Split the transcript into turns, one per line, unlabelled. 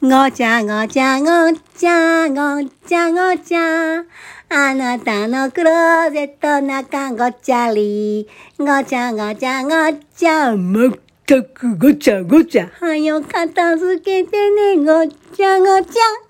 ごちゃごちゃごちゃごちゃごちゃ。あなたのクローゼットの中ごちゃり。ごちゃごちゃごちゃ。まったくごちゃごちゃ。はよ片付けてね。ごちゃごちゃ。